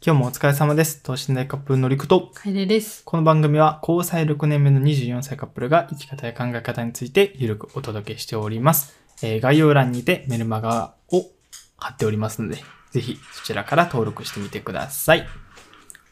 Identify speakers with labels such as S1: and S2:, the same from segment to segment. S1: 今日もお疲れ様です。等身大カップルのりくと、
S2: カエレです。
S1: この番組は交際6年目の24歳カップルが生き方や考え方についてゆるくお届けしております。えー概要欄にてメルマガを貼っておりますので、ぜひそちらから登録してみてください。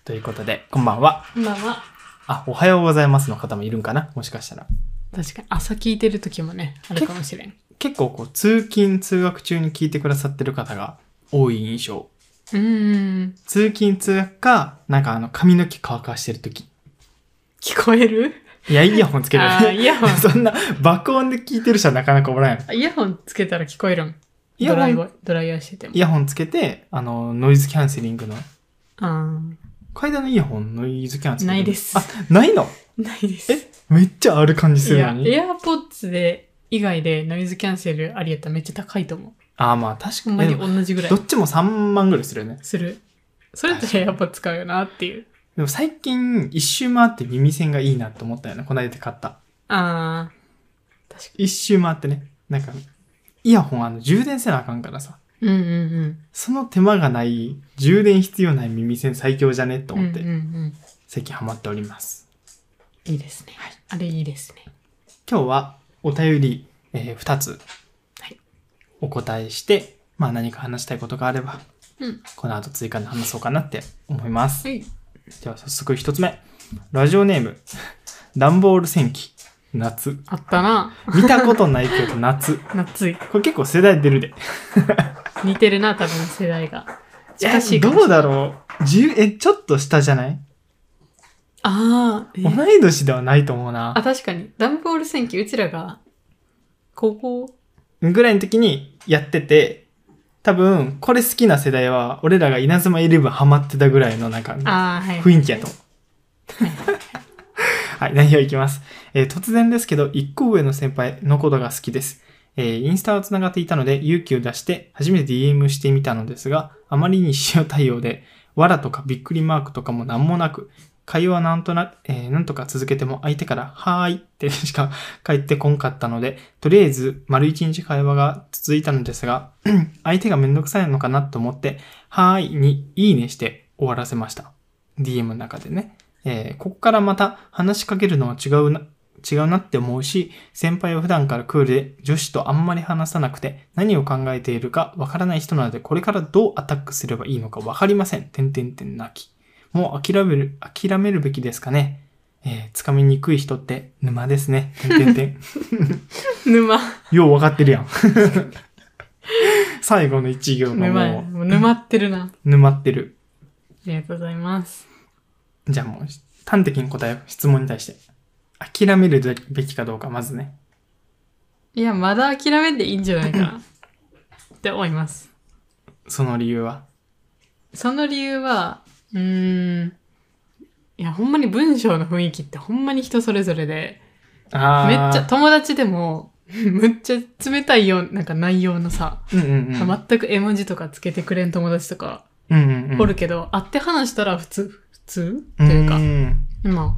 S1: ということで、こんばんは。
S2: 今は、
S1: あ、おはようございますの方もいるんかなもしかしたら。
S2: 確かに朝聞いてる時もね、あるかもしれ ん。
S1: 結構こう、通勤通学中に聞いてくださってる方が多い印象。
S2: うーん。
S1: 通勤通学か、なんかあの髪の毛乾かしてる時
S2: 聞こえる
S1: いや、イヤホンつけ
S2: あ
S1: ら
S2: ー
S1: れ
S2: イヤホン。
S1: そんな爆音で聞いてる人はなかなかおらんやろ。
S2: イヤホンつけたら聞こえるん。
S1: イヤ
S2: ド
S1: ホ
S2: ライ
S1: ン
S2: ヤー、ドライヤーしてても
S1: イ。ヤホンつけて、あの、ノイズキャンセリングの。
S2: あ
S1: 階段のイヤホンノイズキャンセリング
S2: ないです
S1: あ、ないの
S2: ーないです。
S1: えめっちゃある感じす
S2: い
S1: る
S2: や、
S1: のに。
S2: エアポッツで、以外でノイズキャンセルありやったらめっちゃ高いと思う。
S1: あー、まあ確か
S2: ほんま
S1: に。
S2: に
S1: でも
S2: 同じぐらい
S1: どっちも3万ぐらいするよね。
S2: する。それだったらエアポッツ買うよなっていう。
S1: でも最近、一周回って耳栓がいいなって思ったよね。こないだ買った。
S2: あー。確か
S1: 一周回ってね。なんか、イヤホンあの充電せなあかんからさ。
S2: に。うんうんうん。
S1: その手間がない、充電必要ない耳栓最強じゃねと
S2: と
S1: 思って、
S2: うんうんうん。
S1: 最近ハマっております。
S2: いいですね。あれいいですね。
S1: 今日はお便り、えー、2つ
S2: はい
S1: お答えして、まあ何か話したいことがあれば、
S2: うん
S1: この後追加で話そうかなって思います。
S2: はい。
S1: では早速1つ目。ラジオネーム、 ダンボール戦記、夏。
S2: あったな。
S1: 見たことないけど夏。
S2: 夏い。
S1: これ結構世代出るで。
S2: 似てるな、多分世代が。近し
S1: え
S2: いかも
S1: どうだろう10え、ちょっと下じゃない
S2: ああ、え
S1: 同い年ではないと思うな
S2: あ、。確かに。ダンボール戦記、うちらが、高校
S1: ぐらいの時にやってて、多分、これ好きな世代は、俺らが稲妻イレブンハマってたぐらいのなんか、
S2: ああ、はい。
S1: 雰囲気やと思う。はい、内容いきます。えー突然ですけど、一個上の先輩のことが好きです。えーインスタは繋がっていたので、勇気を出して、初めて DM してみたのですが、あまりに塩対応で、わらとかびっくりマークとかも何もなく、会話なんとなく、えーなんとか続けても相手から、はーいってしか返ってこんかったので、とりあえず、丸一日会話が続いたのですが、 相手がめんどくさいのかなと思って、はーいにいいねして終わらせました。DM の中でね。えーここからまた話しかけるのは違うな、違うなって思うし、先輩は普段からクールで女子とあんまり話さなくて何を考えているかわからない人なのでこれからどうアタックすればいいのかわかりません。てんてんてんなき。もう諦める、諦めるべきですかね。えー、つかみにくい人って沼ですね。てんてんて ん。
S2: 沼。
S1: ようわかってる やん。最後の一行が
S2: 沼や。
S1: も
S2: もう沼ってるな。
S1: う沼ってる。
S2: ありがとうございます。
S1: じゃあもう端的に答えよう質問に対して。諦めるべきかどうかまずね。
S2: いや、まだ諦めていいんじゃないかな。って思います。
S1: その理由は。
S2: その理由は、うーん。いや、ほんまに文章の雰囲気ってほんまに人それぞれで、
S1: あ
S2: めっちゃ、
S1: と、
S2: 友達でも、 むっちゃ冷たいよう、なんか内容のさ、
S1: うんうんうん。
S2: 全く絵文字とかつけてくれん友達とか、
S1: うんうんうん、
S2: おるけど、会って話したら普通、普通というか、
S1: ん
S2: まあ、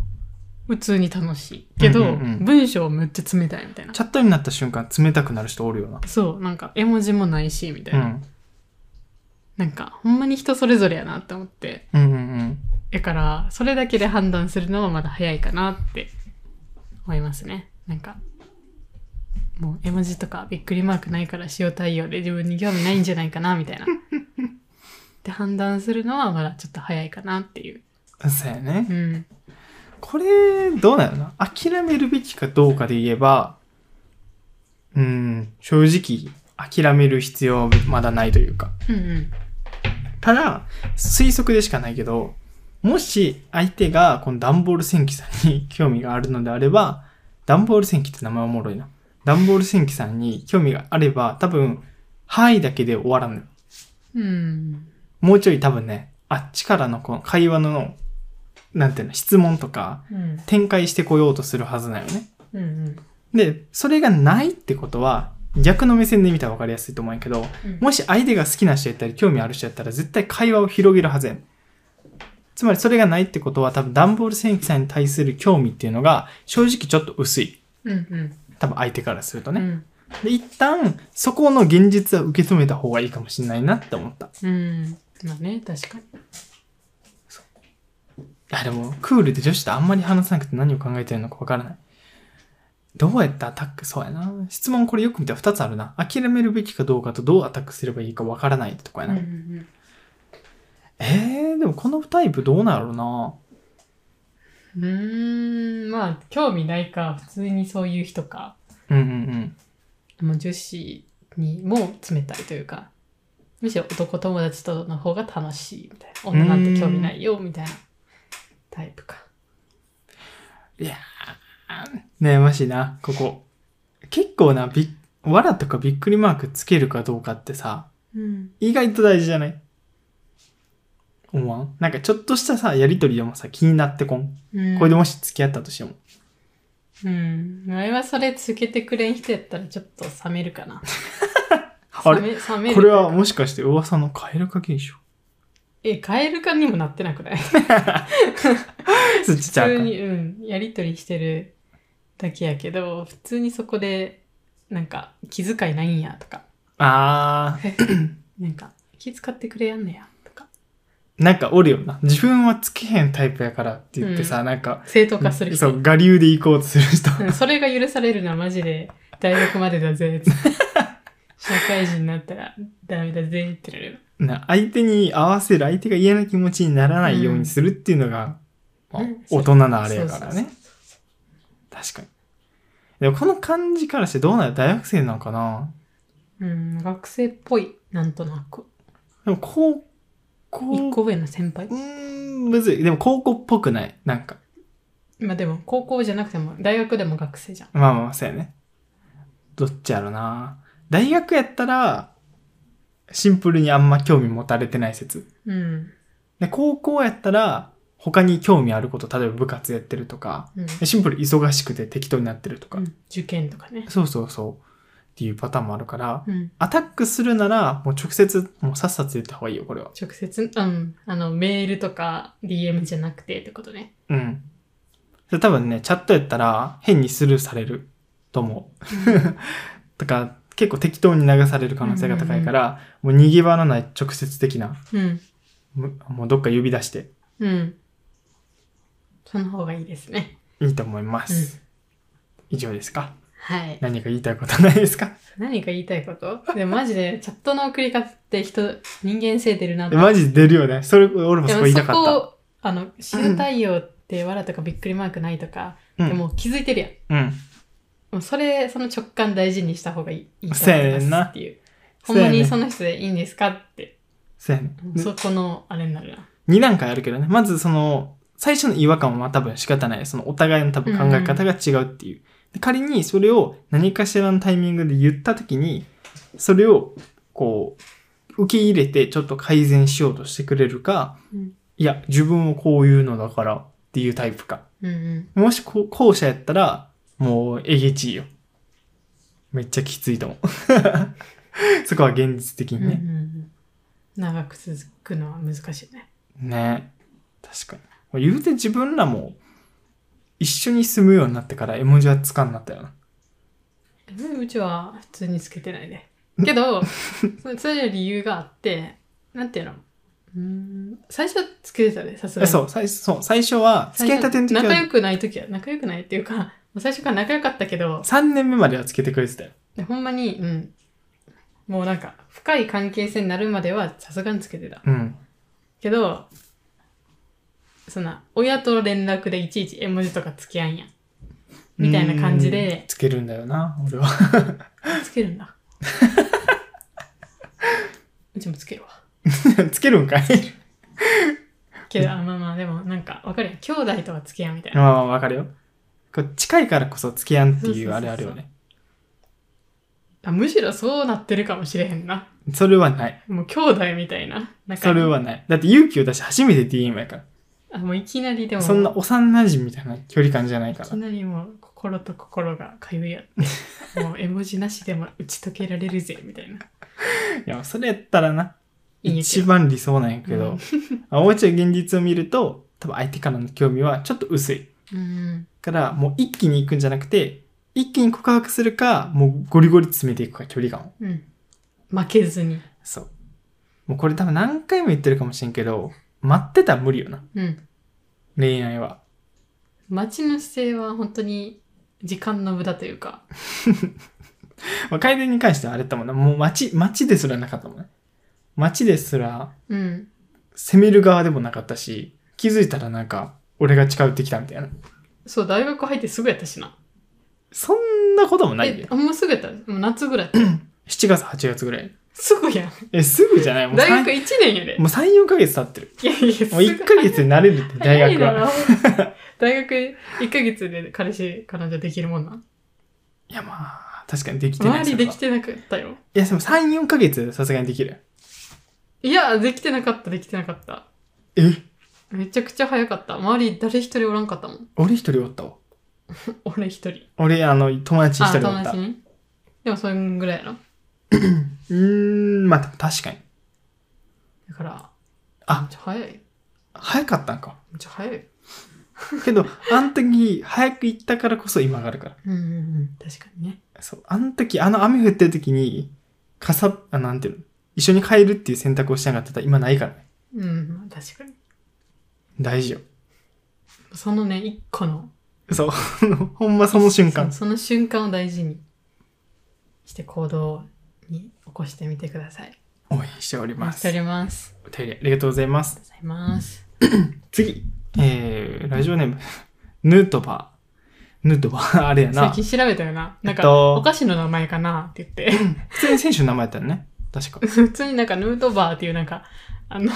S2: 普通に楽しい。けど、
S1: うんうんうん
S2: 文章めっちゃ冷たいみたいな。
S1: チャットになった瞬間冷たくなる人おるよな。
S2: そう、なんか絵文字もないし、みたいうな。
S1: ん。
S2: なんか、ほんまに人それぞれやなって思って。
S1: うんうんうん。
S2: だから、それだけで判断するのはまだ早いかなって思いますね。なんか、もう絵文字とかびっくりマークないから塩対応で自分に興味ないんじゃないかな、みたいな。って判断するのはまだちょっと早いかなっていう。
S1: そうやね
S2: う。ん。
S1: これ、どうなのな諦めるべきかどうかで言えば、うん、正直、諦める必要はまだないというか。
S2: うんうん。
S1: ただ、推測でしかないけど、もし相手がこのダンボール戦記さんに 興味があるのであれば、ダンボール戦記って名前おもろいな。ダンボール戦記さんに 興味があれば、多分、はいだけで終わらんのよ。
S2: うん。
S1: もうちょい多分ね、あっちからのこの会話の、なんていうの、質問とか、
S2: うん。
S1: 展開してこようとするはずなよね。
S2: うんうん。
S1: で、それがないってことは、逆の目線で見たら分かりやすいと思うんやけど、
S2: うん
S1: もし相手が好きな人やったり、興味ある人やったら、絶対会話を広げるはずやん。つまりそれがないってことは、多分ダンボール戦記さんに対する興味っていうのが、正直ちょっと薄い。
S2: うん
S1: 多分相手からすると
S2: う
S1: ね。
S2: ん。
S1: で、一旦、そこの現実は受け止めた方がいいかもしれないなって思った。
S2: うん。まあね、確かに。
S1: や、でも、クールで女子とあんまり話さなくて何を考えてるのかわからない。どうやってアタック、そうやな。質問これよく見たら2つあるな。諦めるべきかどうかとどうアタックすればいいかわからないってとこや
S2: うんう
S1: な。
S2: んうん
S1: えー、でもこのタイプどうなんやろうな。
S2: うーん、まあ、興味ないか、普通にそういう人か。
S1: うんうんうん。
S2: もう女子にも冷たいというか、むしろ男友達との方が楽しいみたいな。女なんて興味ないよ、みたいなタイプか。
S1: 悩ましいな、ここ。結構な、びっ、わらとかびっくりマークつけるかどうかってさ、
S2: うん。
S1: 意外と大事じゃない思わんなんかちょっとしたさ、やりとりでもさ、気になってこん。これでもし付き合ったとしても。
S2: うん。前はそれつけてくれん人やったらちょっと冷めるかな。
S1: あ
S2: 冷
S1: れ
S2: め冷める
S1: これはもしかして噂のカエル化現象
S2: え、カエル化にもなってなくない
S1: そっち
S2: 普
S1: ちゃう
S2: 通
S1: か。
S2: に、うん、やりとりしてるだけやけど、普通にそこで、なんか、気遣いないんやと か、
S1: あ
S2: なんか、気遣ってくれやんねやとか、
S1: ー、なんかおるよな。自分はつけへんタイプやからって言ってさ、
S2: う
S1: なんか、
S2: 正当化する
S1: そ
S2: 人。
S1: う、我流で行こうとする人。
S2: うんそれが許されるのはマジで、大学まで だぜ。社会人になったらダメだぜって言われる。
S1: な相手に合わせる相手が嫌な気持ちにならないようにするっていうのが、
S2: う
S1: ま
S2: ん
S1: あ
S2: うん
S1: 大人のあれやからね
S2: そうそうそう
S1: 確かにでもこの感じからしてどうなる大学生なのかな
S2: うん、学生っぽい、なんとなく。
S1: でも高校
S2: 一個上の先輩
S1: う。ーんむずいでも高校っぽくないなんか
S2: まあでも、高校じゃなくても、大学でも学生じゃん。
S1: まあまあまあそうやねどっちやろな大学やったらシンプルにあんま興味持たれてない説
S2: うん。
S1: で高校やったら他に興味あること例えば部活やってるとか
S2: うん、
S1: でシンプルに忙しくて適当になってるとか、
S2: うん受験とかね。
S1: そうそうそう。っていうパターンもあるから、
S2: うん。
S1: アタックするなら、もう直接、もうさっさと言った方がいいよ、これは。
S2: 直接、うん。あの、メールとか DM じゃなくてってことね。
S1: うん。それ多分ね、チャットやったら、変にスルーされると思う。 とか、結構適当に流される可能性が高いから、もう逃げ場のない直接的な、
S2: うん。
S1: むもうどっか呼び出して
S2: うん。その方がいいですね。
S1: いいと思いま
S2: うん
S1: す。以上ですか
S2: はい。
S1: 何か言いたいことないですか
S2: 何か言いたいことでもマジで、チャットの送り方って人、人間性出るな
S1: えマジで出るよね。それ、俺も
S2: で
S1: そこ
S2: も
S1: 言い
S2: そ
S1: たかった。
S2: こ、あの、塩対応って、わらとかびっくりマークないとか、
S1: うん
S2: でも気づいてるやん。
S1: うん。
S2: もうそれ、その直感大事にした方がいい。いいと
S1: そう
S2: 思い
S1: やね
S2: ま
S1: ん
S2: す
S1: な
S2: っていう。ほんま
S1: そうやね
S2: にその人でいいんですかって。
S1: そうやね。
S2: そこの、あれになるな。
S1: 2段階あるけどね。まずその、最初の違和感はまあ多分仕方ない。そのお互いの多分考え方が違うっていう。で仮にそれを何かしらのタイミングで言った時に、それをこう、受け入れてちょっと改善しようとしてくれるか、
S2: うん
S1: いや、自分はこういうのだからっていうタイプか。
S2: うんうん。
S1: もしこう後者やったら、もうえげちいよ。めっちゃきついと思う。 そこは現実的
S2: うん
S1: に
S2: うんう
S1: ね。
S2: ん長く続くのは難しいね。
S1: ね確かに。もう言うて自分らも一緒に住むようになってから絵文字はつかんなったよな。
S2: うんうちは普通につけてないね。けど、 そそういう理由があって、なんていうのうーん最初つけてたね、さすが
S1: え
S2: に。
S1: そう、最初、そう、最初は、付
S2: 最
S1: き合い
S2: 初
S1: たての時
S2: 仲良
S1: は
S2: くない時は、仲良くないっていうか、 もう最初から仲良かったけど、
S1: 3年目まではつけてくれてたよ。
S2: でほんまに、うん。もうなんか、深い関係性になるまではさすがにつけてた。
S1: うん。
S2: けど、そんな、親と連絡でいちいち絵文字とかつけあんやん。みたいな感
S1: う
S2: じ
S1: ん
S2: で、
S1: つけるんだよな、俺は。
S2: つけるんだ。 うちもつけるわ。
S1: つけるん かい
S2: けど、あまあまあ、でもなんか、わかるやん。兄弟とは付き合うみたい
S1: ま
S2: な。
S1: あ、わかるよ。こう近いからこそ付き合んって
S2: そうそう
S1: い
S2: そ
S1: う
S2: うそう
S1: あれあるよね。
S2: あむしろそうなってるかもしれへんな。
S1: それはない。
S2: もう兄弟みたいな。なん
S1: それ
S2: か、
S1: はない。だって勇気を出して初めて DM やか
S2: あもういきなりでも、
S1: ら。そんな幼馴染みたいな距離感じゃない
S2: い
S1: か
S2: き
S1: ら。
S2: なりもう心と心が通い合って、もう絵文字なしでも打ち解けられるぜ、みたいな。
S1: いや、それやったらな、
S2: いいんやけ
S1: 一
S2: ど
S1: 番理想なんやけど、
S2: うん
S1: あもうちょい現実を見ると多分相手からの興味はちょっと薄い
S2: うん。
S1: からもう一気に行くんじゃなくて一気に告白するかもうゴリゴリ詰めていくか距離感を
S2: うん。負けずに。
S1: そうもうこれ多分何回も言ってるかもしれんけど待ってたら無理よな
S2: うん。
S1: 恋愛は。
S2: 街の姿勢は本当に時間の無駄というか、
S1: まあ、楓に関してはあれだったもんな。もう街、街ですらなかったもんね。街ですら
S2: うん。
S1: 攻める側でもなかったし、気づいたらなんか、俺が近寄ってきたみたいな。
S2: そう、大学入ってすぐやったしな。
S1: そんなこともない
S2: え
S1: よ。、
S2: あんますぐやったもう夏ぐらいやった。
S1: 7月、8月ぐらい。
S2: すぐやん。
S1: え、すぐじゃないもう
S2: 大
S1: さん
S2: 学1年やで。
S1: もう3、4ヶ月経ってる。
S2: いやいや、すぐ
S1: もう1ヶ月で慣れるって、大
S2: 早い
S1: 学
S2: だ
S1: は。
S2: ろ 大学1ヶ月で彼氏、彼女できるもんな。
S1: いや、まあ、確かにできてない。
S2: 周
S1: そ
S2: り
S1: れ
S2: で
S1: は
S2: きてなかったよ。
S1: いや、でも3、4ヶ月さすがにできる。
S2: いや、できてなかった、できてなかった。
S1: え
S2: めちゃくちゃ早かった。周り誰一人おらんかったもん。
S1: 俺一人おったわ。
S2: 俺一人。
S1: 俺、あの、友達一
S2: あ、
S1: 人お
S2: 友
S1: った。
S2: 達
S1: う
S2: に。でも、それぐらいやろ。
S1: ーん、まあ、確かに。
S2: だから、
S1: あ
S2: めっちゃ早い。めっ
S1: 早かったんか。
S2: ちゃ早い。
S1: けど、あの時、早く行ったからこそ今があるから。
S2: うんうんうん。確かにね。
S1: そう。あの時、あの雨降ってる時に、傘、あ、なんていうの一緒に帰るっていう選択をしなかったら今ないからね。
S2: うん、まあ確かに。
S1: 大事よ。
S2: そのね、一個の。
S1: そう。 ほんまその瞬間。
S2: そその瞬間を大事にして行動に起こしてみてください。
S1: 応援しており
S2: お待
S1: ま
S2: ちし
S1: す
S2: てお。ります。
S1: お便りありがとうございます
S2: あ。りがとうございます。
S1: 次。えー、ラジオネーム、ヌートバー。ヌートバー、あ れや
S2: 最
S1: な。
S2: 近調べたよな。なん
S1: えっ
S2: か、
S1: と
S2: お菓子の名前かなって言って。
S1: 普通に選手の名前やったよね。確か。
S2: 普通になんかヌートバーっていうなんか、あの、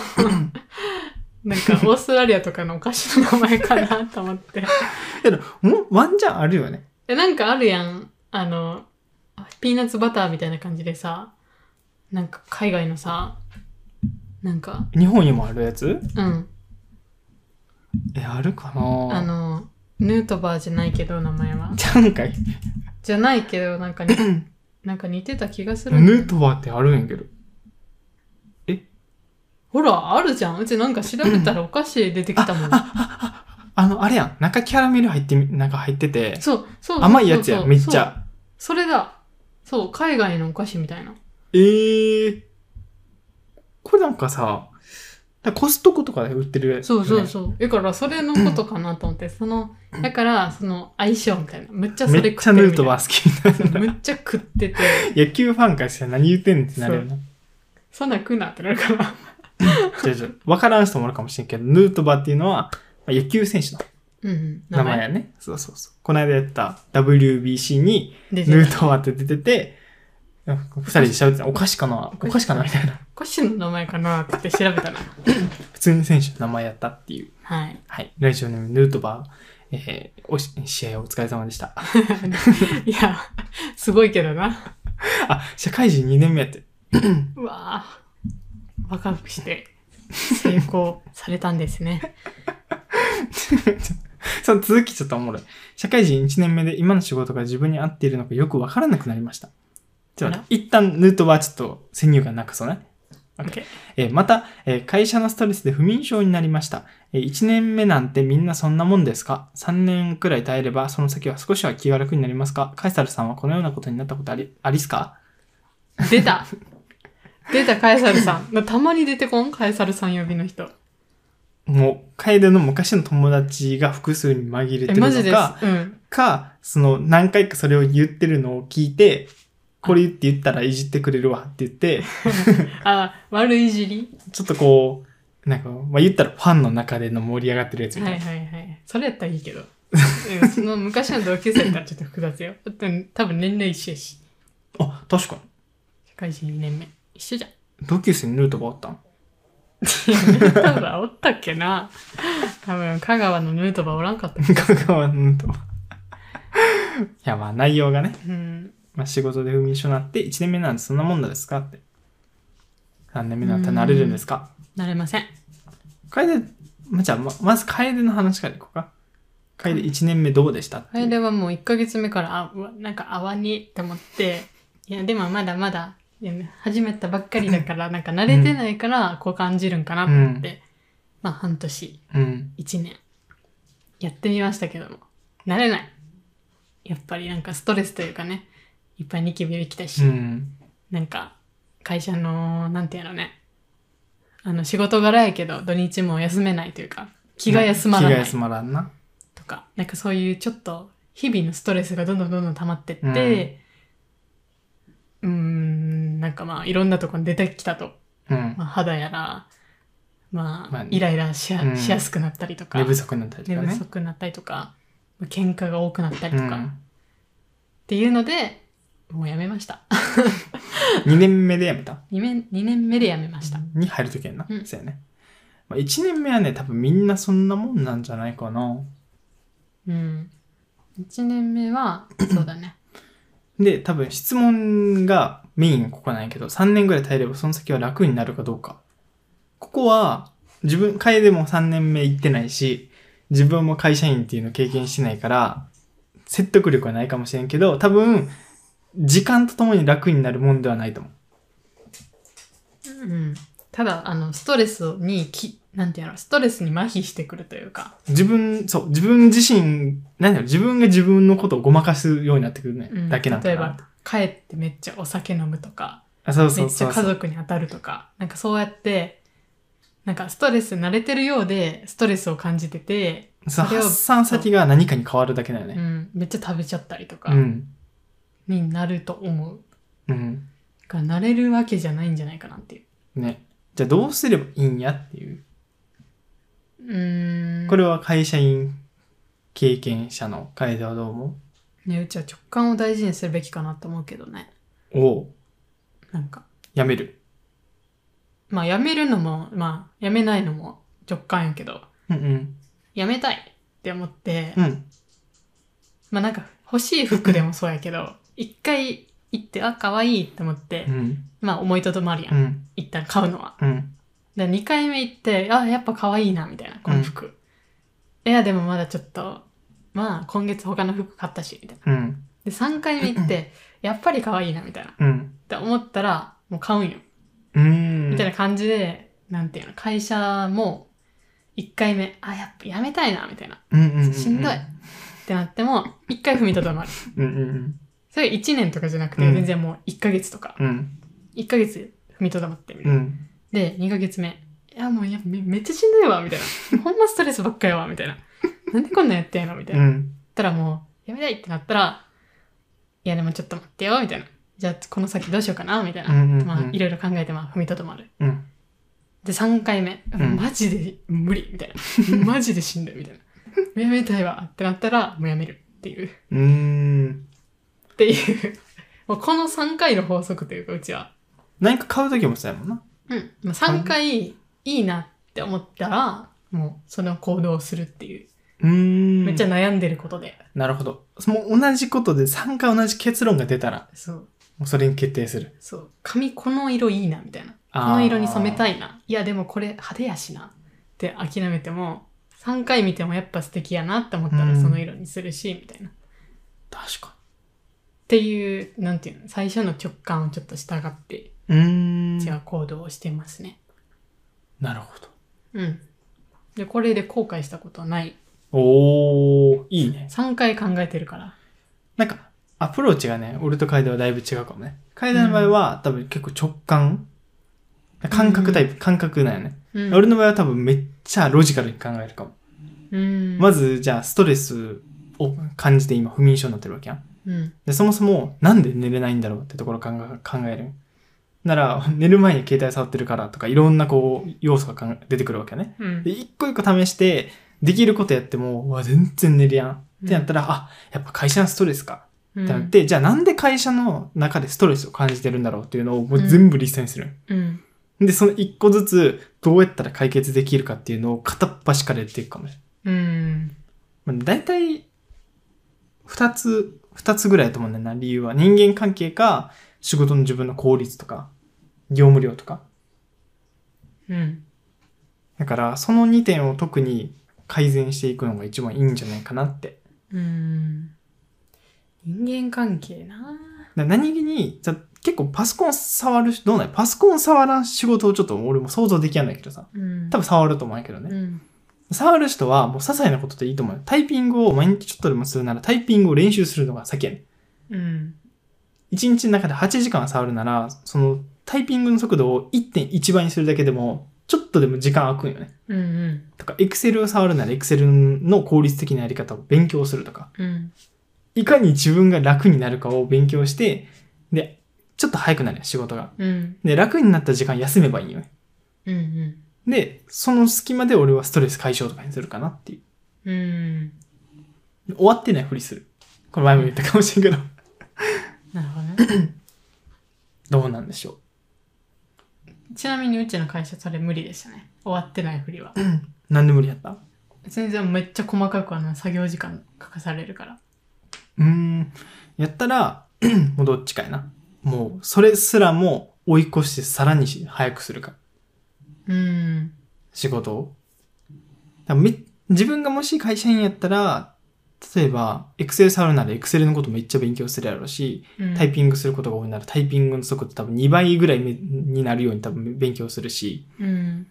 S2: なんかオーストラリアとかのお菓子の名前かなと思って。
S1: けど、もうワンチャンあるよね。
S2: え、なんかあるやん。あの、ピーナッツバターみたいな感じでさ、なんか海外のさ、なんか、
S1: 日本にもあるやつ
S2: うん。
S1: え、あるか
S2: あ
S1: な
S2: の、ヌートバーじゃないけど、名前は。
S1: ちゃうんかい。
S2: じゃないけど、なんか に、なんか似てた気がする。
S1: ヌートバーってあるんやけど。
S2: ほら、あるじゃん。うちなんか調べたらお菓子出てきたもん。
S1: あの、あれやん。中キャラメル入ってみ、中入ってて、
S2: そう、そうそうそう。
S1: 甘いやつや
S2: そ
S1: ん、
S2: う
S1: めっち。ゃ。
S2: そうそれだ。そう、海外のお菓子みたいな。
S1: えー。これなんかさ、だからコストコとかで売ってるやつ、
S2: そうそうそう。だから、それのことかなと思って、その、だから、その、相性みたいな。むっちゃそ
S1: め
S2: れ
S1: っち
S2: 食
S1: ゃ
S2: って
S1: ヌ
S2: る
S1: ー
S2: みた
S1: ト
S2: い
S1: バ
S2: な。
S1: ー好きになる。
S2: むっちゃ食ってて、
S1: 野球ファンからしたら何言ってんのってなるよな。
S2: そんなん食うなってなるから。
S1: じゃじゃわからん人もおるかもしれんけど、ヌートバーっていうのは、まあ野球選手の
S2: うん。
S1: 名前やね。そうそうそう。この間やった WBC に
S2: 出て
S1: ヌ
S2: る
S1: ートバーって出てて、なんか二人で喋ってたお菓子かなお菓子かなみたいな。
S2: お菓子の名前かなって言って調べたら。
S1: 普通に選手の名前やったっていう。
S2: はい。
S1: はい。ラジオネームヌートバー、えーおし、試合お疲れ様でした。
S2: いや、すごいけどな。
S1: あ、社会人2年目やって。
S2: うわぁ、若くして成功されたんです ね。
S1: その続きちょっとおもろい。社会人1年目で今の仕事が自分に合っているのかよくわからなくなりました。ちょっと待って一旦ヌートバーちょっと先入観なくそうね。
S2: OK
S1: えーまた、えー会社のストレスで不眠症になりました、え1年目なんてみんなそんなもんですか ?3 年くらい耐えればその先は少しは気が楽になりますかカイサルさんはこのようなことになったことあり、ありっすか
S2: 出た出たカエサルさん。なたまに出てこんカエサルさん呼びの人。
S1: もう、楓の昔の友達が複数に紛れて
S2: え、
S1: る
S2: マジで
S1: の
S2: す
S1: か、。
S2: うん。
S1: か、その何回かそれを言ってるのを聞いて、これ言って言ったらいじってくれるわって言って、
S2: あ、悪いじり
S1: ちょっとこう、なんか、まあ、言ったらファンの中での盛り上がってるやつみ
S2: は
S1: たい
S2: い
S1: な。
S2: はいはい。それやったらいいけど。 うんその昔の同級生だったらちょっと複雑よ。だって多分年齢一緒やし。
S1: あ、確かに。
S2: 社会人2年目。一緒じゃん。
S1: 同級生にヌートバーあ ったん
S2: ヌートバーおったっけな多分香川のヌートバーおらんかった。
S1: 香川のヌートバー。いや、まあ内容がね、
S2: うん。
S1: まあ、仕事で不眠症になって、1年目なんてそんなもんだですかって。何年目になったら慣れるんですか
S2: なれません。
S1: 楓、まあ、じゃあ、ままず楓の話からいこうか。楓1年目どうでしたっていう
S2: 楓はもう1ヶ月目から、あ、うわなんか泡にって思って、いや、でもまだまだ、いや始めたばっかりだ から、なんか慣れてないから、こう感じるんかなと思って、まあ半年、
S1: うん。
S2: 1年、やってみましたけども、慣れない。やっぱりなんかストレスというかね、いっぱいニキビできたし、
S1: うん。
S2: なんか、会社の、なんていうのね、あの、仕事柄やけど、土日も休めないというか、気が休まら
S1: 気
S2: な
S1: が
S2: い
S1: 休まらんな。
S2: とか、なんかそういうちょっと日々のストレスがどんどんどんどん溜まってって、うーん、なんかまあいろんなとこに出てきたと。
S1: うん。
S2: まあ、肌やら、まあ、
S1: まあね
S2: イライラしや,、
S1: うん
S2: しやすくなったりとか、
S1: 寝不足になったりと
S2: 寝
S1: か
S2: 不
S1: ね。
S2: 足になったりとか、まあ喧嘩が多くなったり
S1: う
S2: とか、っ
S1: ん。
S2: ていうので、もうやめました。
S1: 2年目でやめた
S2: 2年、二年目でやめました。
S1: に入るときやんな。
S2: うん
S1: そうやね。まあ、1年目はね、多分みんなそんなもんなんじゃないかな。
S2: うん。1年目 は、そうだね。
S1: で、多分質問がメインここなんやけど、3年ぐらい耐えればその先は楽になるかどうか。ここは、自分、会でも3年目行ってないし、自分も会社員っていうの経験してないから、説得力はないかもしれんけど、多分、時間とともに楽になるもんではないと思う。
S2: うん。ただ、あの、ストレスにき、なんていうの、ストレスに麻痺してくるというか、
S1: 自分、そう、自分自身、なんだろう、自分が自分のことをごまかすようになってくるね、
S2: うん
S1: だけなんかな。
S2: 例えば、帰ってめっちゃお酒飲むとか、
S1: あ、そうそ
S2: め
S1: う
S2: っち
S1: そ
S2: ゃ
S1: う
S2: 家
S1: そう。
S2: 族に当たるとか、なんかそうやって、なんかストレス慣れてるようで、ストレスを感じてて、
S1: そう
S2: それを
S1: 発散先が何かに変わるだけだよ
S2: う
S1: ね。
S2: ん、めっちゃ食べちゃったりとか
S1: う、ん。
S2: になると思う。
S1: うん。
S2: だから慣れるわけじゃないんじゃないかなっていう。
S1: ね。じゃあどうすればいいんやっていう。
S2: うーん。
S1: これは会社員経験者の会ではどう思
S2: ね、うちは直感を大事にするべきかなと思うけどね。
S1: うを
S2: なんか、
S1: やめる。
S2: まあ辞めるのも、まあ辞めないのも直感やけど、
S1: うんうん。
S2: 辞めたいって思って、
S1: うん。
S2: まあなんか欲しい服でもそうやけど、一回行って、あ、可愛いって思って
S1: う、ん。
S2: まあ思いとどまるや。
S1: うんん。
S2: 一旦買うのは。
S1: うん。
S2: で2回目行ってあやっぱ可愛いなみたいなこの服、いやでもまだちょっとまあ今月他の服買ったしみたいな
S1: うん。
S2: で3回目行ってやっぱり可愛いなみたいなっ
S1: うん。
S2: て思ったらもう買うんよ
S1: うん。
S2: みたいな感じで、なんていうの会社も1回目あやっぱやめたいなみたいなっ
S1: うんうんうん。
S2: しんどいてなっても1回踏みとどまる
S1: うんうん
S2: それ1年とかじゃなくて
S1: うん
S2: 全然もう1ヶ月とか
S1: うん。うん。
S2: 1ヶ月踏みとどまってみたいな
S1: うん。
S2: で、2ヶ月目。いや、もうやめめっちゃしんどいわ、みたいな。 ほんまストレスばっかやわ、みた いな。なんでこんなんやってんのみたいな。
S1: う
S2: 言っ
S1: ん。
S2: たらもう、やめたいってなったら、いや、でもちょっと待ってよ、みたいな。じゃあ、この先どうしようかな、みたいな。
S1: うんうんうん
S2: まあ、いろいろ考えて、まあ、踏みとどまる。
S1: うん。
S2: で、3回目。
S1: ん
S2: マジで無理、みたい な。マジでしんどい、みたいな。やめたいわ、ってなったら、もうやめるっていう。
S1: うーん。
S2: っていう。もうこの3回の法則というか、うちは。
S1: 何か買うときもそうやもんな。
S2: うん。まあ、3回いいなって思ったら、もうその行動をするっていう。
S1: うーん。
S2: めっちゃ悩んでることで。
S1: なるほど。もう同じことで3回同じ結論が出たら、
S2: そう。
S1: もうそれに決定する。
S2: そう。髪この色いいなみたいな。こ
S1: あー
S2: の色に染めたいな。いやでもこれ派手やしな。って諦めても、3回見てもやっぱ素敵やなって思った
S1: う
S2: ら
S1: ん
S2: その色にするし、みたいな。っ
S1: 確か
S2: ていう、なんていうの、最初の直感をちょっと従って、
S1: に。うーん。
S2: 違う行動をしてますね。
S1: なるほど。
S2: うん。で、これで後悔したことはない。
S1: おー、いいね。
S2: 3回考えてるから。
S1: なんか、アプローチがね、俺と楓はだいぶ違うかもね。楓の場合は、多分結構直感感覚タイプ、感覚なんよね。
S2: うん。
S1: 俺の場合は多分めっちゃロジカルに考えるかも。
S2: うん。
S1: まず、じゃあ、ストレスを感じて今不眠症になってるわけやん。
S2: うん。
S1: で、そもそも、なんで寝れないんだろうってところを考え考える。なら、寝る前に携帯触ってるからとか、いろんなこう、要素が考え出てくるわけやね。
S2: うん
S1: で、。一個一個試して、できることやっても、うわ、全然寝るやん。ってなったら、あ、やっぱ会社のストレスか。
S2: うん
S1: ってなって、じゃあなんで会社の中でストレスを感じてるんだろうっていうのをもう全部リストにする。
S2: うん。
S1: で、その一個ずつどうやったら解決できるかっていうのを片っ端からやっていくかもしれ
S2: うん。
S1: ない。まあ、大体、二つ、二つぐらいだと思うんだよな、理由は。人間関係か、仕事の自分の効率とか、業務量とか。
S2: うん。
S1: だから、その2点を特に改善していくのが一番いいんじゃないかなって。
S2: うん。人間関係な
S1: だから何気に、じゃ結構パソコン触るし、どうなんやパソコン触らん仕事をちょっと俺も想像できやないけどさ。
S2: うん。
S1: 多分触ると思うんやけどね。
S2: うん。
S1: 触る人はもう些細なことでいいと思うよ。タイピングを毎日ちょっとでもするならタイピングを練習するのが先やね
S2: うん。
S1: ん。1日の中で8時間触るなら、そのタイピングの速度を1.1倍にするだけでもちょっとでも時間空くんよね。
S2: うんうん
S1: とか、エクセルを触るならエクセルの効率的なやり方を勉強するとか、
S2: うん
S1: いかに自分が楽になるかを勉強して、で、ちょっと早くなるよ仕事が。
S2: うん
S1: で、楽になった時間休めばいいよね。
S2: うんうん
S1: で、その隙間で俺はストレス解消とかにするかなっていう。
S2: うん
S1: 終わってないふりする。これ前も言ったかもしれんけど。
S2: なるほどね
S1: どうなんでしょ
S2: ちなみにうちの会社それ無理でしたね終わってないふりは
S1: う。なんで無理やったう
S2: 全然めっちゃ細かくあの作業時間書かされるから
S1: ーん。やったら、 もうどっちかやな。もう、それすらも追い越してさらに早くするか。
S2: うん
S1: 仕事を。だからめ自分がもし会社員やったら、例えば、Excel 触るなら Excel のことめっちゃ勉強するやろうし、
S2: うん
S1: タイピングすることが多いならタイピングの速度多分2倍ぐらいめになるように多分勉強するし、
S2: うん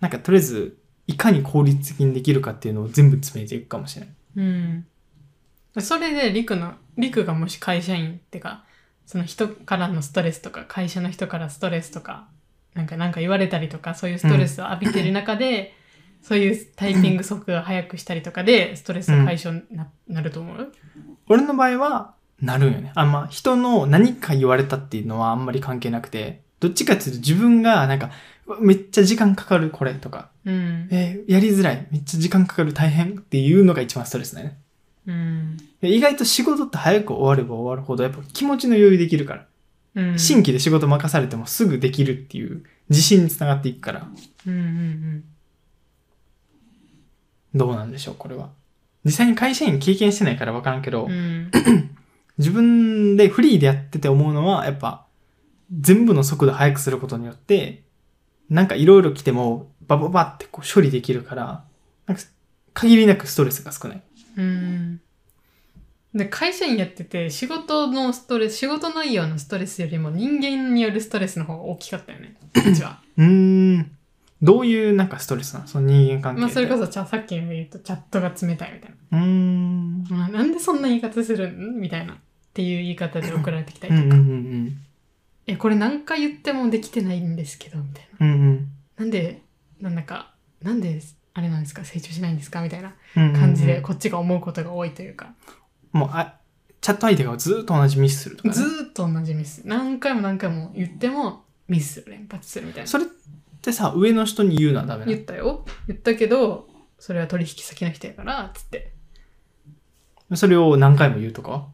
S1: なんかとりあえず、いかに効率的にできるかっていうのを全部詰めていくかもしれない。
S2: うんそれでリクのリクがもし会社員ってかその人からのストレスとか会社の人からストレスとかなんかなんか言われたりとかそういうストレスを浴びてる中で、そういうタイピング速度を速くしたりとかでストレスの解消にな,、なると思う
S1: 俺の場合は、なるんよね。あんま人の何か言われたっていうのはあんまり関係なくて、どっちかっていうと自分がなんか、うわめっちゃ時間かかるこれとか、
S2: うん
S1: えーやりづらい。めっちゃ時間かかる。大変っていうのが一番ストレスだよね。
S2: うん
S1: で意外と仕事って早く終われば終わるほど、やっぱ気持ちの余裕できるから。
S2: うん
S1: 新規で仕事任されてもすぐできるっていう自信につながっていくから。
S2: うんうん
S1: どうなんでしょう、これは。実際に会社員経験してないから分からんけど、
S2: うんうん
S1: 自分でフリーでやってて思うのは、やっぱ、全部の速度速くすることによって、なんかいろいろ来ても、バババってこう処理できるから、なんか限りなくストレスが少ない。
S2: うんで会社員やってて仕事のストレス仕事内容のストレスよりも人間によるストレスの方が大きかったよねうちは
S1: うーん。どういうなんかストレスなのその人間関係って。
S2: まあ、それこそちゃさっきの言うとチャットが冷たいみたいう
S1: ーん。
S2: な、まあ、なんでそんな言い方するんみたいなっていう言い方で送られてきた
S1: う
S2: り
S1: ん
S2: と
S1: う
S2: か、
S1: んうん
S2: えこれ何回言ってもできてないんですけどみたいな
S1: うん。うんうん
S2: なんでなんだかなんであれなんですか成長しないんですかみたいな
S1: うんうん。
S2: 感じでこっちが思うことが多いというか、
S1: もう、あ、チャット相手がずーっと同じミスするとか、ね。
S2: ずーっと同じミス何回も何回も言ってもミス連発するみたいな
S1: それってさ、上の人に言うのはダメな
S2: 言っ
S1: の
S2: たよ言ったけどそれは取引先の人やから つって
S1: それを何回も言うとか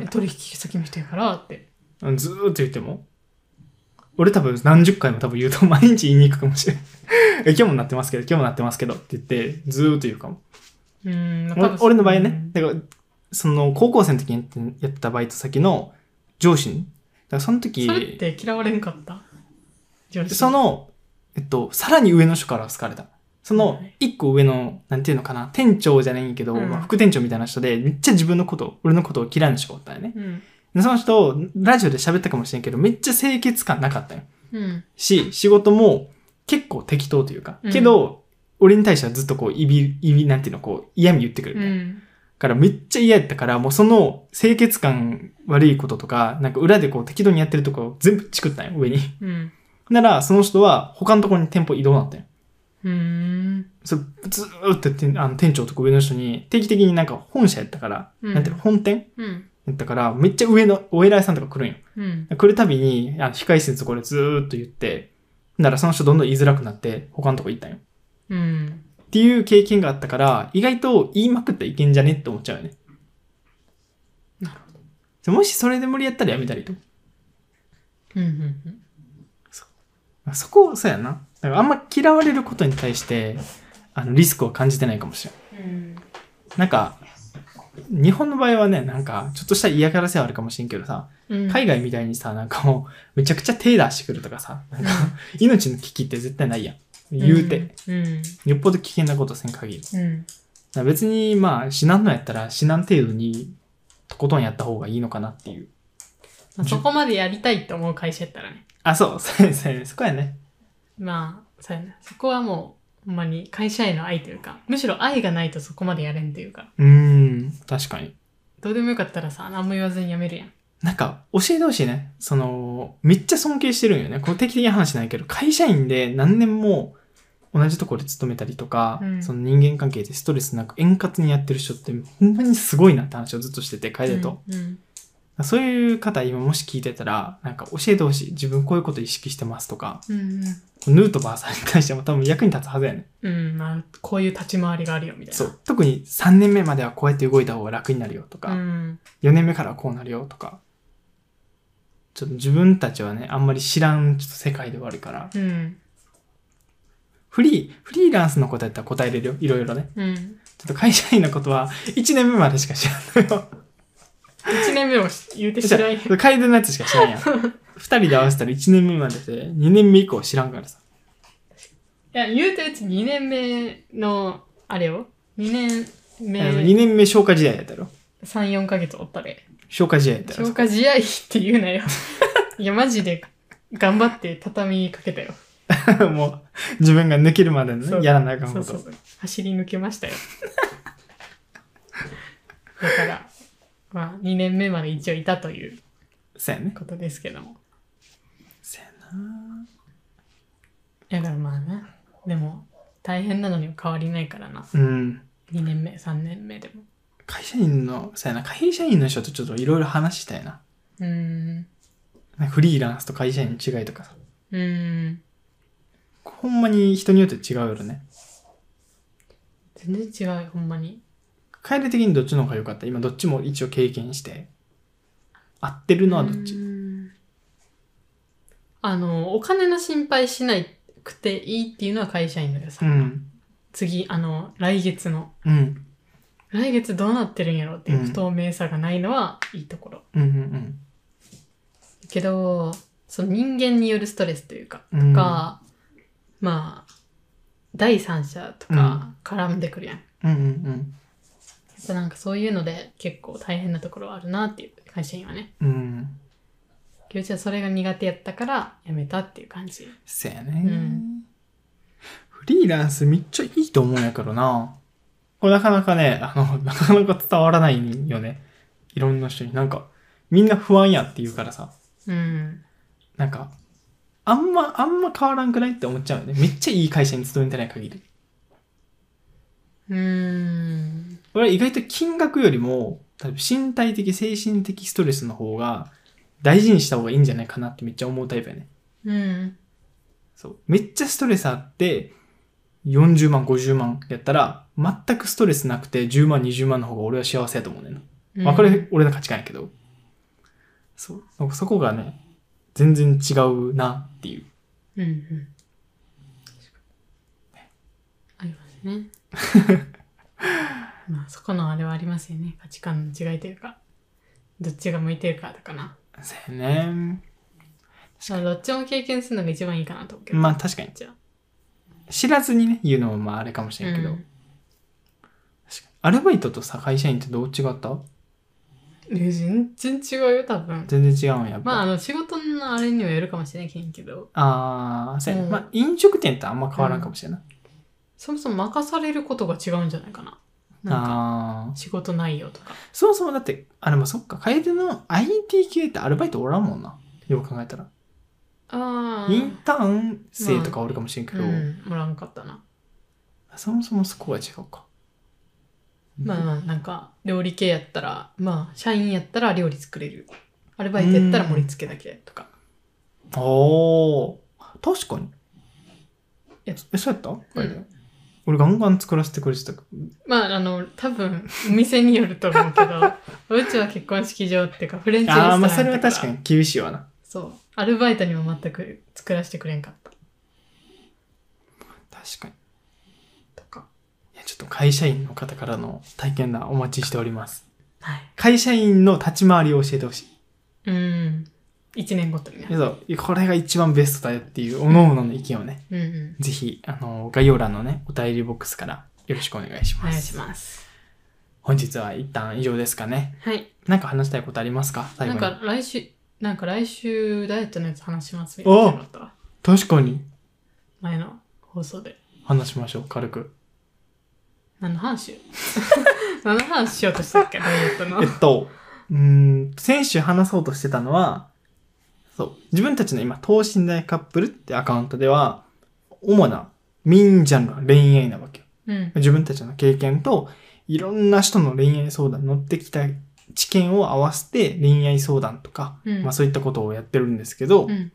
S2: え取引先の人やからって
S1: うんずーっと言っても俺多分何十回も多分言うと毎日言いに行くかもしれない。 え今日もなってますけど、今日もなってますけどって言って、ずーっと言うかも。
S2: うーんまあ多
S1: 俺
S2: 分
S1: 俺の場合
S2: う
S1: ね
S2: ん、
S1: だから、その高校生の時にやってやってたバイト先の上司に、だからその時、
S2: それって嫌われんかった上司
S1: その、えっと、さらに上の人から好かれた。その
S2: はい、
S1: 一個上の、なんていうのかな、店長じゃないけど、
S2: うん
S1: まあ副店長みたいな人で、めっちゃ自分のこと、俺のことを嫌いな人がおったよね。
S2: うん
S1: でその人、ラジオで喋ったかもしれんけど、めっちゃ清潔感なかったよ。
S2: うん
S1: し、仕事も結構適当というか、
S2: うん
S1: けど、俺に対してはずっとこう、いび、いび、なんていうの、こう、嫌味言ってくる
S2: う
S1: みたいな。
S2: ん
S1: からめっちゃ嫌やったから、もうその清潔感悪いこととか、なんか裏でこう適当にやってるとこ全部チクったんよ、上に。
S2: うん
S1: なら、その人は他のところに店舗移動なんだよ。
S2: うーん
S1: それずーっとてあの店長とか上の人に定期的になんか本社やったから、
S2: うん
S1: なんていうの本店
S2: うん
S1: やったから、めっちゃ上のお偉いさんとか来るんよ。
S2: うん
S1: 来るたびに、あの控え室のところでずーっと言って、ならその人どんどん言いづらくなって、他のとこ行ったんよ。
S2: うん
S1: っていう経験があったから、意外と言いまくったらいけんじゃねって思っちゃうよね。
S2: なる
S1: ほど。もしそれで無理やったらやめたりと。
S2: うんうん
S1: そこ、そうやな。だからあんま嫌われることに対して、あの、リスクを感じてないかもしれん。
S2: うん
S1: なんか、日本の場合はね、なんか、ちょっとした嫌がらせはあるかもしれんけどさ、
S2: うん
S1: 海外みたいにさ、なんかもう、めちゃくちゃ手出してくるとかさ、なんか、命の危機って絶対ないやん。言うて。
S2: うん
S1: よっぽど危険なことせん限り。だか
S2: うん
S1: ら別に、まあ、死なんのやったら、死なん程度に、とことんやった方がいいのかなっていう。
S2: まあそこまでやりたいと思う会社やったらね
S1: あ、そう、 そうやそうやそこやね。
S2: まあそうやなそこはもうほんまに会社への愛というかむしろ愛がないとそこまでやれんというか
S1: うーん、確かに。
S2: どうでもよかったらさ何も言わずに辞めるやん
S1: なんか、教えてほしいね。その、めっちゃ尊敬してるんよね。こう定期的な話ないけど、会社員で何年も同じところで勤めたりとか、
S2: うん
S1: その人間関係でストレスなく円滑にやってる人って、ほんまにすごいなって話をずっとしてて、
S2: あ
S1: 楓と。
S2: うん
S1: そういう方、今もし聞いてたら、なんか教えてほしい。自分こういうこと意識してますとか、
S2: うん
S1: ヌートバーさんに関しても多分役に立つはずやね。
S2: うん、うんまあ、こういう立ち回りがあるよみたいな
S1: そう。特に3年目まではこうやって動いた方が楽になるよとか、
S2: うん
S1: 4年目からはこうなるよとか、ちょっと自分たちはね、あんまり知らんちょっと世界ではあるから、
S2: うん
S1: フリー、フリーランスのことやったら答えれるよ。いろいろね。
S2: うん
S1: ちょっと会社員のことは1年目までしか知らんのよ。
S2: 1年目を言うてし
S1: じゃ
S2: な い
S1: あ、楓のやつしか知らんやん。2人 で合わせたら1年目までで、2年目以降知らんからさ。
S2: いや、言うてうち2年目の、あれよ。2年目、
S1: 2年目消化試合やったろ
S2: 3、4ヶ月おったで。
S1: 消化試合やった
S2: 消
S1: ら
S2: 化試合って言う なよ。いや、マジで頑張って畳みかけたよ。
S1: さ もう自分が抜けるまでの
S2: そ
S1: ね
S2: う
S1: やらなあかん
S2: そ
S1: こ
S2: うそう
S1: と
S2: そう。走り抜けまし たよ。だから、まあ、2年目まで一応いたという
S1: そうやね
S2: ことですけども。
S1: そうやない
S2: や、だからまあね。でも、大変なのには変わりないからな。
S1: うん
S2: 2年目、3年目でも。
S1: 会社員のそうやな会社員の人とちょっといろいろ話したいな
S2: うーん。
S1: フリーランスと会社員の違いとかさ
S2: うーん。
S1: ほんまに人によって違うよね
S2: 全然違うよ、ほんまに。
S1: 帰り的にどっちの方が良かった今どっちも一応経験して合ってるのはどっ
S2: う
S1: ち
S2: ーんあの、お金の心配しなくていいっていうのは会社員だけどさ、
S1: うん
S2: 次、あの、来月の、
S1: うんうん
S2: 来月どうなってるんやろっていう不透明さがないのはいいところ。
S1: うん
S2: けど、その人間によるストレスというか、
S1: うんうん
S2: が、まあ、第三者とか絡んでくるやん。や
S1: うんうん
S2: っぱなんかそういうので結構大変なところはあるなっていう、会社員はね。
S1: うんうん
S2: けどうちはそれが苦手やったから辞めたっていう感じ。
S1: そやね、
S2: うん
S1: フリーランスめっちゃいいと思うんやけどな。これなかなかね、あの、なかなか伝わらないよね。いろんな人に。なんか、みんな不安やって言うからさ。
S2: うん。
S1: なんか、あんま、あんま変わらんくないって思っちゃうよね。めっちゃいい会社に勤めてない限り。
S2: うーん。
S1: 俺は意外と金額よりも、多分身体的、精神的ストレスの方が大事にした方がいいんじゃないかなってめっちゃ思うタイプやね。
S2: うん。
S1: そう。めっちゃストレスあって、40万、50万やったら、全くストレスなくて10万、20万の方が俺は幸せやと思うねんな。まあこれ、俺の価値観やけど。そう。なんかそこがね、全然違うなっていう。
S2: うんうん。ありますね。 まあそこのあれはありますよね。価値観の違いというか、どっちが向いてるかだかな。
S1: そうやね。
S2: まあどっちも経験するのが一番いいかなと思うけど。
S1: まあ確かに。
S2: じゃあ
S1: 知らずにね、言うのもまああれかもしれんけど。
S2: うん
S1: 確かにアルバイトとさ、会社員ってどう違った
S2: え全然違うよ、多分。
S1: 全然違うんやっぱ。
S2: まああ
S1: あ
S2: の仕事のあれにもよるかもしれないけど、
S1: あー、そうやね。
S2: うん
S1: まあ飲食店とあんま変わらんかもしれんない。
S2: そもそも任されることが違うんじゃないかな。なんか
S1: ああ。
S2: 仕事内容とか。
S1: そもそもだって、あれもそっか、楓の IT 系ってアルバイトおらんもんな。よく考えたら。
S2: あ
S1: インターン生とかおるかもしれんけ
S2: あ、う
S1: ど、
S2: ん、もらんかったな。
S1: そもそもそこは違うか。
S2: まあまあなんか料理系やったらまあ社員やったら料理作れるアルバイトやったら盛り付けだけとか
S1: おー、確かに。
S2: え
S1: え、そうやった、
S2: ん
S1: 俺ガンガン作らせてくれてた。
S2: まああの多分お店によると思うけど うちは結婚式場っていうかフレンチレスト
S1: あ
S2: ラ
S1: あ、
S2: ン
S1: ま
S2: だ
S1: あそれは確か
S2: に
S1: に厳しいわな。
S2: そうアルバイトにも全く作らせてくれんかった
S1: 確かに。
S2: とか
S1: いや、ちょっと会社員の方からの体験談お待ちしております。
S2: はい
S1: 会社員の立ち回りを教えてほしい。
S2: うん1年ごとにね
S1: そう、これが一番ベストだよっていう、各々の意見をね、
S2: うんうん
S1: ぜひ、あの、概要欄のね、お便りボックスからよろしくお願いし
S2: お
S1: ます。
S2: 願いします
S1: 本日は一旦以上ですかね。
S2: はい
S1: なんか話したいことありますか最後
S2: なん
S1: に。
S2: か来週なんか来週ダイエットのやつ話しますみたいなのがあったわ
S1: 確かに。
S2: 前の放送で
S1: 話しましょう、軽く。
S2: 何の話何の話しようとしたっけダイエットの
S1: えっと、うーん、先週話そうとしてたのは、そう、自分たちの今、等身大カップルってアカウントでは、主なメインジャンルは恋愛なわけよ。
S2: うん。
S1: 自分たちの経験と、いろんな人の恋愛相談に乗ってきた知見を合わせて恋愛相談とか、
S2: うん
S1: まあそういったことをやってるんですけど、
S2: うん。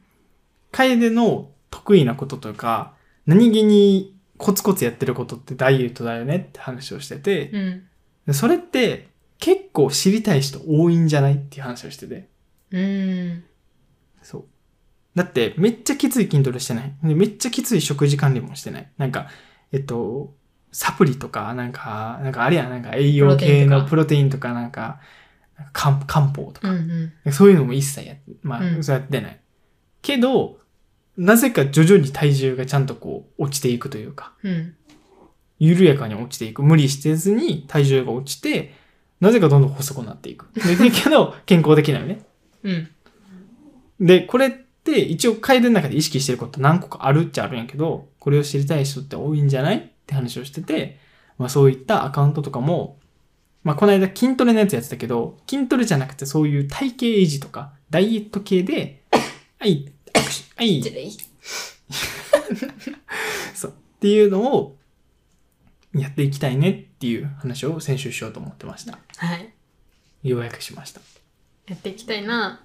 S1: 楓の得意なことというか、何気にコツコツやってることってダイエットだよねって話をしてて、
S2: うん。
S1: でそれって結構知りたい人多いんじゃないっていう話をしてて。
S2: うん。
S1: そう。だってめっちゃきつい筋トレしてない。でめっちゃきつい食事管理もしてない。なんか、えっと、サプリとか、なんか、なんかあれや、なんか栄養系のプ
S2: プ
S1: ロテインとか、なんか、なんか漢漢方と
S2: う
S1: か、
S2: ん。
S1: そういうのも一切やって、ま
S2: う
S1: あ、
S2: ん
S1: そうやってない。けど、なぜか徐々に体重がちゃんとこう落ちていくというか、
S2: うん。
S1: 緩やかに落ちていく。無理してずに体重が落ちて、なぜかどんどん細くなっていく。で、だけど、健康的なよね。
S2: うん。
S1: で、これって一応楓の中で意識してること何個かあるっちゃあるんやけど、これを知りたい人って多いんじゃないって話をしてて、まあそういったアカウントとかも、まあこの間筋トレのやつやってたけど、筋トレじゃなくてそういう体型維持とか、ダイエット系で、はい、握手はい、
S2: 失礼。
S1: っていうのをやっていきたいねっていう話を先週しようと思ってました。
S2: はい。
S1: ようやくしました。
S2: やっていきたいな。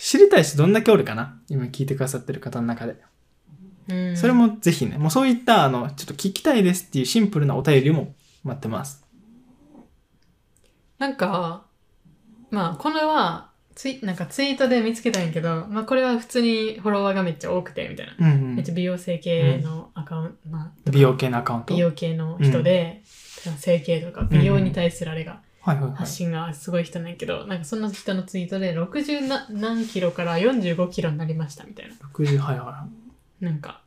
S1: 知りたい人どんだけおるかな今聞いてくださってる方の中で。
S2: うん。
S1: それ。もぜひね、もうそういった、あの、ちょっと聞きたいですっていうシンプルなお便りも待ってます。
S2: なんか、まあ、これは、ツイなんかツイートで見つけたんやけど、まあ、これは普通にフォロワーがめっちゃ多くて、みたいな。
S1: うん、
S2: めっちゃ美容整形のアカウント、まあ、
S1: うん。美容系のアカウント。
S2: 美容系の人で、整形とか美容に対するあれが、
S1: はいはいはい
S2: 発。信がすごい人なんやけど、なんかその人のツイートで60な何キロから45キロになりましたみたいな。
S1: 60、はいは
S2: なんか、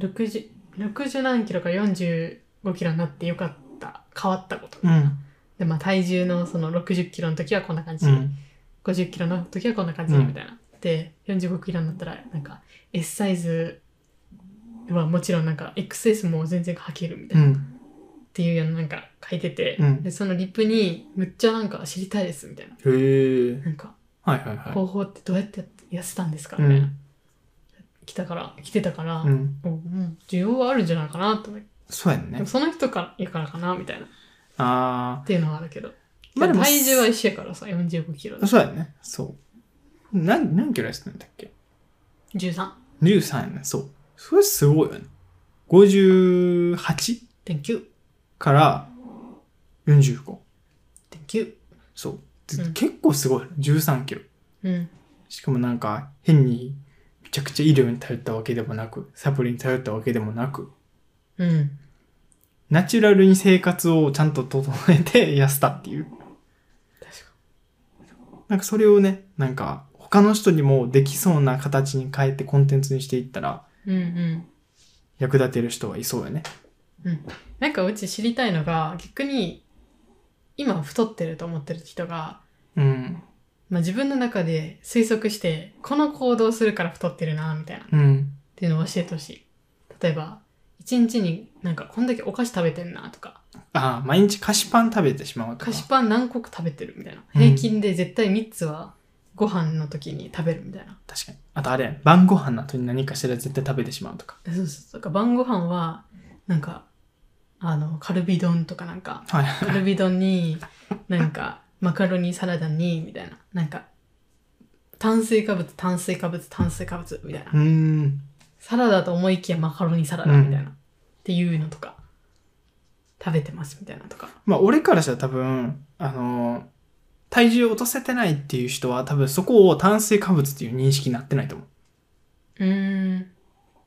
S2: 60、60何キロから45キロになってよかった、変わったこと。
S1: い。うん。
S2: で、まあ体重のその60キロの時はこんな感じ
S1: う
S2: で、
S1: ん。
S2: 50キロの時はこんな感じでみたいな。で、45キロになったら、なんか S サイズはもちろんなんか XS も全然履けるみたいうな。
S1: ん。
S2: っていうようななんか書いてて、
S1: うん
S2: で、そのリプに、むっちゃなんか知りたいですみたいな。
S1: へえ。
S2: なんか、
S1: はいはいは
S2: 方法ってどうやって痩せたんですか
S1: い。う。
S2: みたいなん来たから来てたから、
S1: う
S2: も
S1: ん。
S2: ううん需要はあるんじゃないかなと思って、
S1: そうやん
S2: で
S1: ね
S2: も。その人からやからかなみたいなっ
S1: あ
S2: ていうのはあるけど、
S1: ー。まあでも、
S2: 体重は一緒やからさ4 5キロだ
S1: そうやんね。そう。何、何キロ痩せたんだっけ
S2: 13.9
S1: 13やね。そう。それすごいよね。58? から45。
S2: 9
S1: そう。
S2: うん
S1: 結構すごい。13キロ。
S2: うん
S1: しかもなんか変にめちゃくちゃ医療に頼ったわけでもなく、サプリに頼ったわけでもなく、
S2: うん
S1: ナチュラルに生活をちゃんと整えて 痩せたっていう。
S2: 確か
S1: なんかそれをね、なんか他の人にもできそうな形に変えてコンテンツにしていったら
S2: うんうん
S1: 役立てる人はいそうよね。
S2: なんかうち知りたいのが逆に今太ってると思ってる人が、
S1: うん。
S2: まあ、自分の中で推測してこの行動するから太ってるなみたいな
S1: うん。
S2: っていうのを教えてほしい。例えば、一日になんかこんだけお菓子食べてんなとか、
S1: ああ、毎日菓子パン食べてしまうとか。
S2: 菓子パン何個食べてるみたいな。
S1: うん
S2: 平均で絶対3つはご飯の時に食べるみたいな。
S1: 確かに。あとあれやね、晩ご飯の後に何かしら絶対食べてしまうとか。
S2: でそうそうそう。だから晩ご飯は、なんか、あの、カルビ丼とかな んか、
S1: はい。
S2: カルビ丼に、なんか、マカロニサラダに、みたいな。なんか、炭水化物、炭水化物、炭水化物、みたいな
S1: う。ーん。
S2: サラダと思いきやマカロニサラダみたいな、っていうのとか食べてますみたいなとか
S1: まあ、俺からしたら多分、あのー体重を落とせてないっていう人は多分そこを炭水化物っていう認識になってないと思う。
S2: うーん、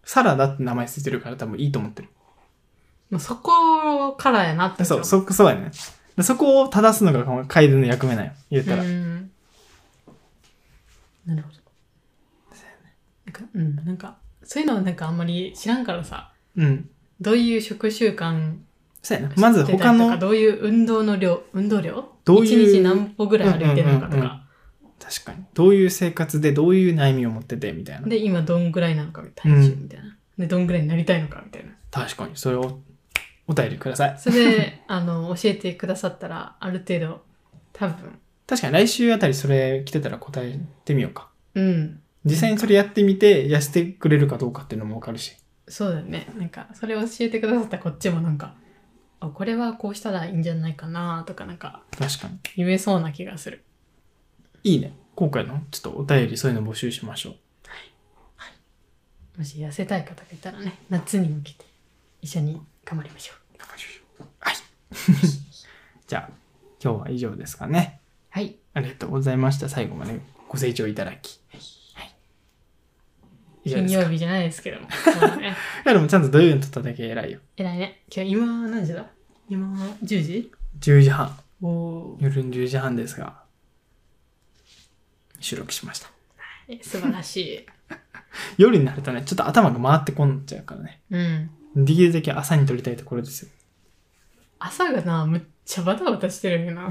S1: サラダって名前ついてるから多分いいと思ってる。
S2: まあ、そこからやなって
S1: そう、
S2: う
S1: そ、そうやね。でそこを正すのがこのカエルの役目なんよ。言ったら。
S2: んなるほどなんかうんなんかそういうのはなんかあんまり知らんからさ
S1: うん。
S2: どういう食習慣
S1: そうやな。
S2: 知
S1: まず
S2: ってたりと
S1: 他
S2: か
S1: の、
S2: どういう運動の量運動量
S1: どういう
S2: 一日何歩ぐらい歩いてるのかと
S1: うんうんうん
S2: か、
S1: 確かに。どういう生活でどういう悩みを持っててみたいな。
S2: で今どんぐらいなのか体重みたいな、でどんぐらいになりたいのかみたいな
S1: 確かに。それをお便りください。
S2: それであの教えてくださったらある程度多分
S1: 確かに来週あたりそれ来てたら答えてみようか。
S2: うん。
S1: 実際にそれやってみて、痩せてくれるかどうかっていうのもわかるし。
S2: そうだよね。なんか、それを教えてくださったこっちもなんか、あ、これはこうしたらいいんじゃないかなとか、なんか、
S1: 確かに。
S2: 言えそうな気がする。
S1: いいね。今回のちょっとお便りそういうの募集しましょう。
S2: もし痩せたい方がいたらね、夏に向けて一緒に頑張りましょう。
S1: はい。 じゃあ、今日は以上ですかね。
S2: はい。
S1: ありがとうございました。最後までご清聴いただき。はい。以上
S2: 金
S1: ですか。
S2: 曜日じゃないですけど も。そうだね。
S1: いやでもちゃんと土曜日に撮っただけ偉いよ。
S2: 偉いね。今日、今何時だ今10時
S1: 10時半。
S2: おおー。
S1: 夜の10時半ですが、収録しました。
S2: え素晴らしい。
S1: 夜になるとね、ちょっと頭が回ってこんちゃうからね。
S2: うん。
S1: できるだけ朝に撮りたいところですよ。
S2: 朝がな、むっちゃバタバタしてるよな。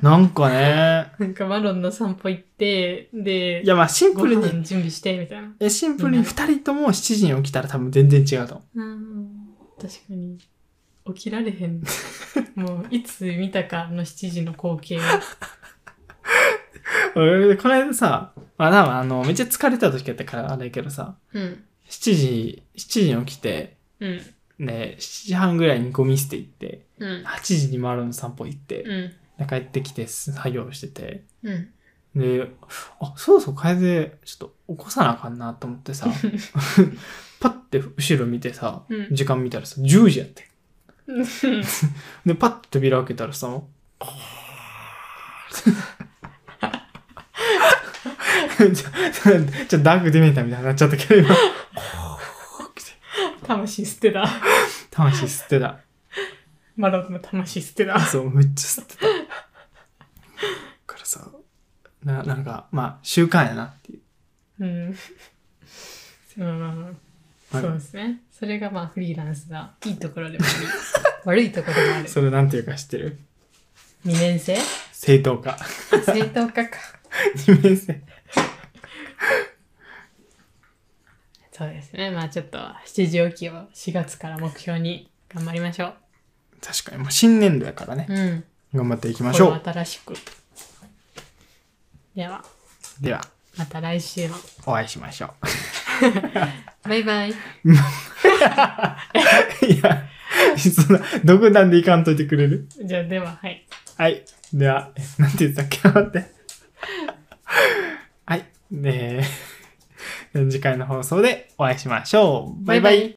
S1: なんかね、
S2: なんかマロンの散歩行って、で、
S1: いやまあシン
S2: ご
S1: プル
S2: 飯
S1: に、
S2: 準備して、みたいな。
S1: えシンプルに2人とも7時に起きたら多分全然違うと思う。
S2: うん、確かに。起きられ へん。もう、いつ見たかあの7時の光景。
S1: 俺この間さ、まあ多分あの、めっちゃ疲れた時やったからあれやけどさ、
S2: うん。
S1: 7時、7時に起きて、
S2: うん。
S1: ね、7時半ぐらいにゴミ捨て行って、
S2: うん。
S1: 8時にマロンの散歩行って、
S2: うん。
S1: で帰ってきて作業してて、
S2: うん。
S1: で、あ、そろそろ楓、ちょっと起こさなあかんなと思って さ、パッて後ろ見てさ、
S2: うん
S1: 時間見たらさ、10時やって。
S2: うん。
S1: で、パッて扉開けたらさ、 ちょ、ちょ、ダークディメンターみたいになっちゃったけど、今。
S2: 魂捨てだ。
S1: 魂吸ってた。
S2: マロンの魂捨てだ。
S1: そう、めっちゃ吸ってた。だからさ、な、なんか、まあ、習慣やなっていう。
S2: うん。まあまあまあそうですね。それがまあフリーランスだ。いいところでもあり、 悪いところでもある。
S1: それなんていうか知ってる
S2: 2年生
S1: 正当化。
S2: 正当化か。
S1: 二面性。
S2: そうですね。まあちょっと7時起きを4月から目標に頑張りましょう。
S1: 確かに、もう新年度やからね。
S2: うん。
S1: 頑張っていきましょ
S2: こ
S1: う。
S2: れ新しく。では、
S1: では、
S2: また来週も。
S1: お会いしましょ
S2: バイバイ。
S1: う。 いや、そんな、独断でいかんといてくれる
S2: じゃあ、では、はい。
S1: はい。では、えなんて言ってたっけ待って。 はい。で、次回の放送でお会いしましょう。バイバイ。